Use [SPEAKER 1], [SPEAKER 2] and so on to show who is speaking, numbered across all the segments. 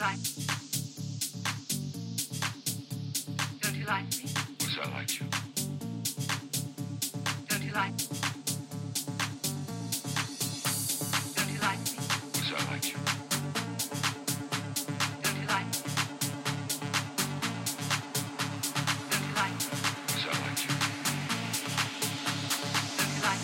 [SPEAKER 1] like me? Don't you like me?
[SPEAKER 2] Because I like you.
[SPEAKER 1] Don't you like me? Don't you like me?
[SPEAKER 2] Because I like you.
[SPEAKER 1] Don't you like me? Don't you like me?
[SPEAKER 2] Because I like you.
[SPEAKER 1] Don't you like me? Like.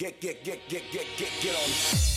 [SPEAKER 3] get, get, get, get, get, get on.